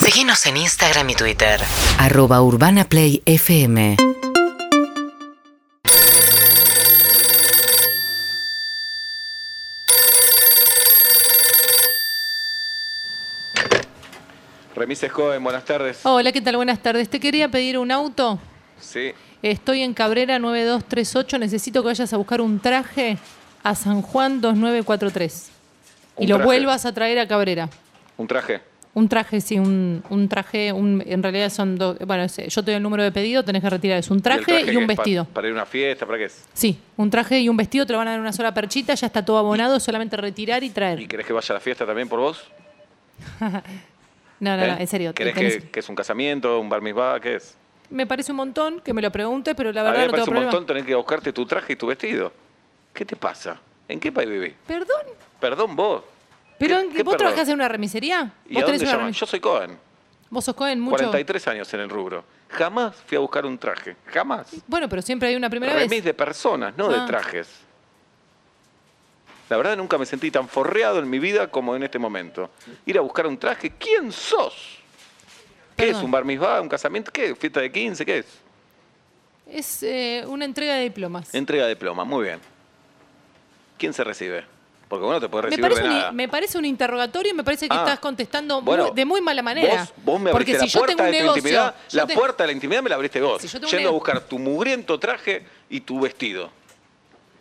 Seguinos en Instagram y Twitter. arroba urbanaplayfm Remises Cohen, buenas tardes. Hola, ¿qué tal? Buenas tardes. Te quería pedir un auto. Sí, Estoy en Cabrera 9238. Necesito que vayas a buscar un traje a San Juan 2943. Un Y lo traje. vuelvas a traer a Cabrera. un traje. Un traje, sí, un, un traje. un- en realidad son dos. Bueno, es- yo te doy el número de pedido, tenés que retirar. Es ¿Y un el traje y, un qué es? Pa- vestido. Para, ir a una fiesta, ¿para qué es? Sí, un traje y un vestido. Te lo van a dar en una sola perchita. Ya está todo abonado. Solamente retirar y ¿Y traer. querés que vaya a la fiesta también por vos? No, no, no, ¿Eh? en serio. te ¿Querés tenés- que, que es un casamiento, un bar mitzvah, qué es? Me parece un montón que me lo preguntes, pero la a mí verdad Ah, me no tengo parece un problema. montón tener que buscarte tu traje y tu vestido. ¿Qué te pasa? ¿En qué país vivís? Perdón. Perdón vos. ¿Pero ¿Qué- en- qué vos perdón? trabajás en una remisería? ¿Y ¿Vos a tenés dónde una llaman? remis- Yo soy Cohen. ¿Vos sos Cohen mucho? 43 años en el rubro. Jamás fui a buscar un traje. Jamás. Bueno, pero siempre hay una primera Remis vez. de personas, no Ah. de trajes. La verdad nunca me sentí tan forreado en mi vida como en este momento. Ir a buscar un traje, ¿quién sos? ¿Qué Perdón. es? ¿Un bar mitzvah? ¿Un casamiento? ¿Qué? ¿Fiesta de 15? ¿Qué es? Es eh, una entrega de diplomas. Entrega de diploma, muy bien. ¿Quién se recibe? Porque bueno, te puedes me, recibir parece de un, nada. me parece un interrogatorio y me parece que Ah. estás contestando muy- Bueno, de muy mala manera. Vos, vos me Porque abriste la si yo puerta tengo un de tu negocio, intimidad, yo la te- puerta de la intimidad me la abriste vos. Si yo tengo un yendo a ne- buscar tu mugriento traje y tu vestido.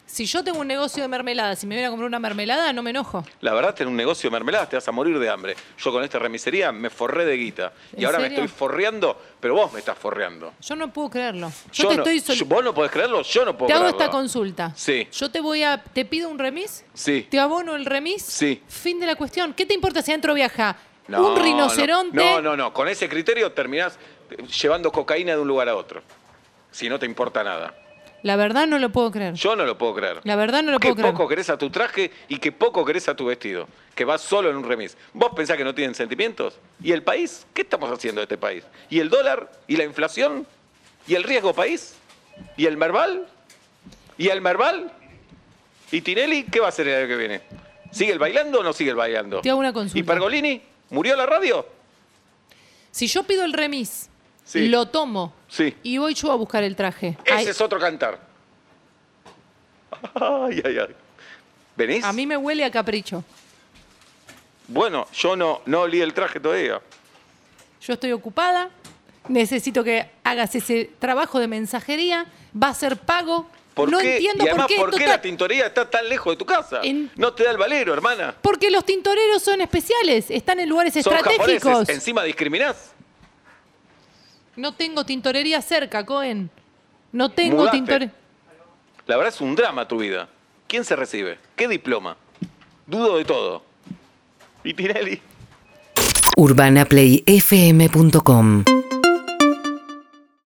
si yo tengo un negocio de mermelada, si me viene a comprar una mermelada, no me enojo. La verdad, en un negocio de mermeladas te vas a morir de hambre. Yo con esta remisería me forré de guita. Y ¿En ahora me serio? estoy forreando, pero vos me estás forreando. Yo no puedo creerlo. Yo, te no- estoy sol- yo- ¿Vos no podés creerlo? Yo no puedo Te hago creerlo. esta consulta. Sí. Yo te voy a. Te pido un remis. Sí. Te abono el remis. Sí. Fin de la cuestión. ¿Qué te importa si adentro viaja No, un rinoceronte? No, no, no, no. Con ese criterio terminás eh, llevando cocaína de un lugar a otro. Si no te importa nada. La verdad no lo puedo creer. Yo no lo puedo creer. La verdad no lo que puedo creer. poco querés a tu traje y que poco querés a tu vestido. Que vas solo en un remis. ¿Vos pensás que no tienen sentimientos? ¿Y el país? ¿Qué estamos haciendo de este país? ¿Y el dólar? ¿Y la inflación? ¿Y el riesgo país? ¿Y el Merval? ¿Y el Merval? ¿Y Tinelli? ¿Qué va a hacer el año que viene? ¿Sigue el bailando o no sigue el bailando? Te hago una consulta. ¿Y Pergolini? ¿Murió la radio? Si yo pido el remis, Sí. lo tomo Sí. y voy yo a buscar el traje. Ese Ay, es otro cantar. Ay, ay, ay. ¿Venís? a mí me huele a capricho. Bueno, yo no, no olí el traje todavía. Yo estoy ocupada, necesito que hagas ese trabajo de mensajería, va a ser pago. ¿Por no qué? entiendo y además, por qué. total- la tintorería está tan lejos de tu casa? En- No te da el valero, hermana. porque los tintoreros son especiales, están en lugares Son estratégicos. japoneses, encima discriminás. No tengo tintorería cerca, Cohen. No tengo Mudate. tintorería. La verdad es un drama tu vida. ¿Quién se recibe? ¿Qué diploma? Dudo de todo. ¿Y Tinelli? urbanaplayfm.com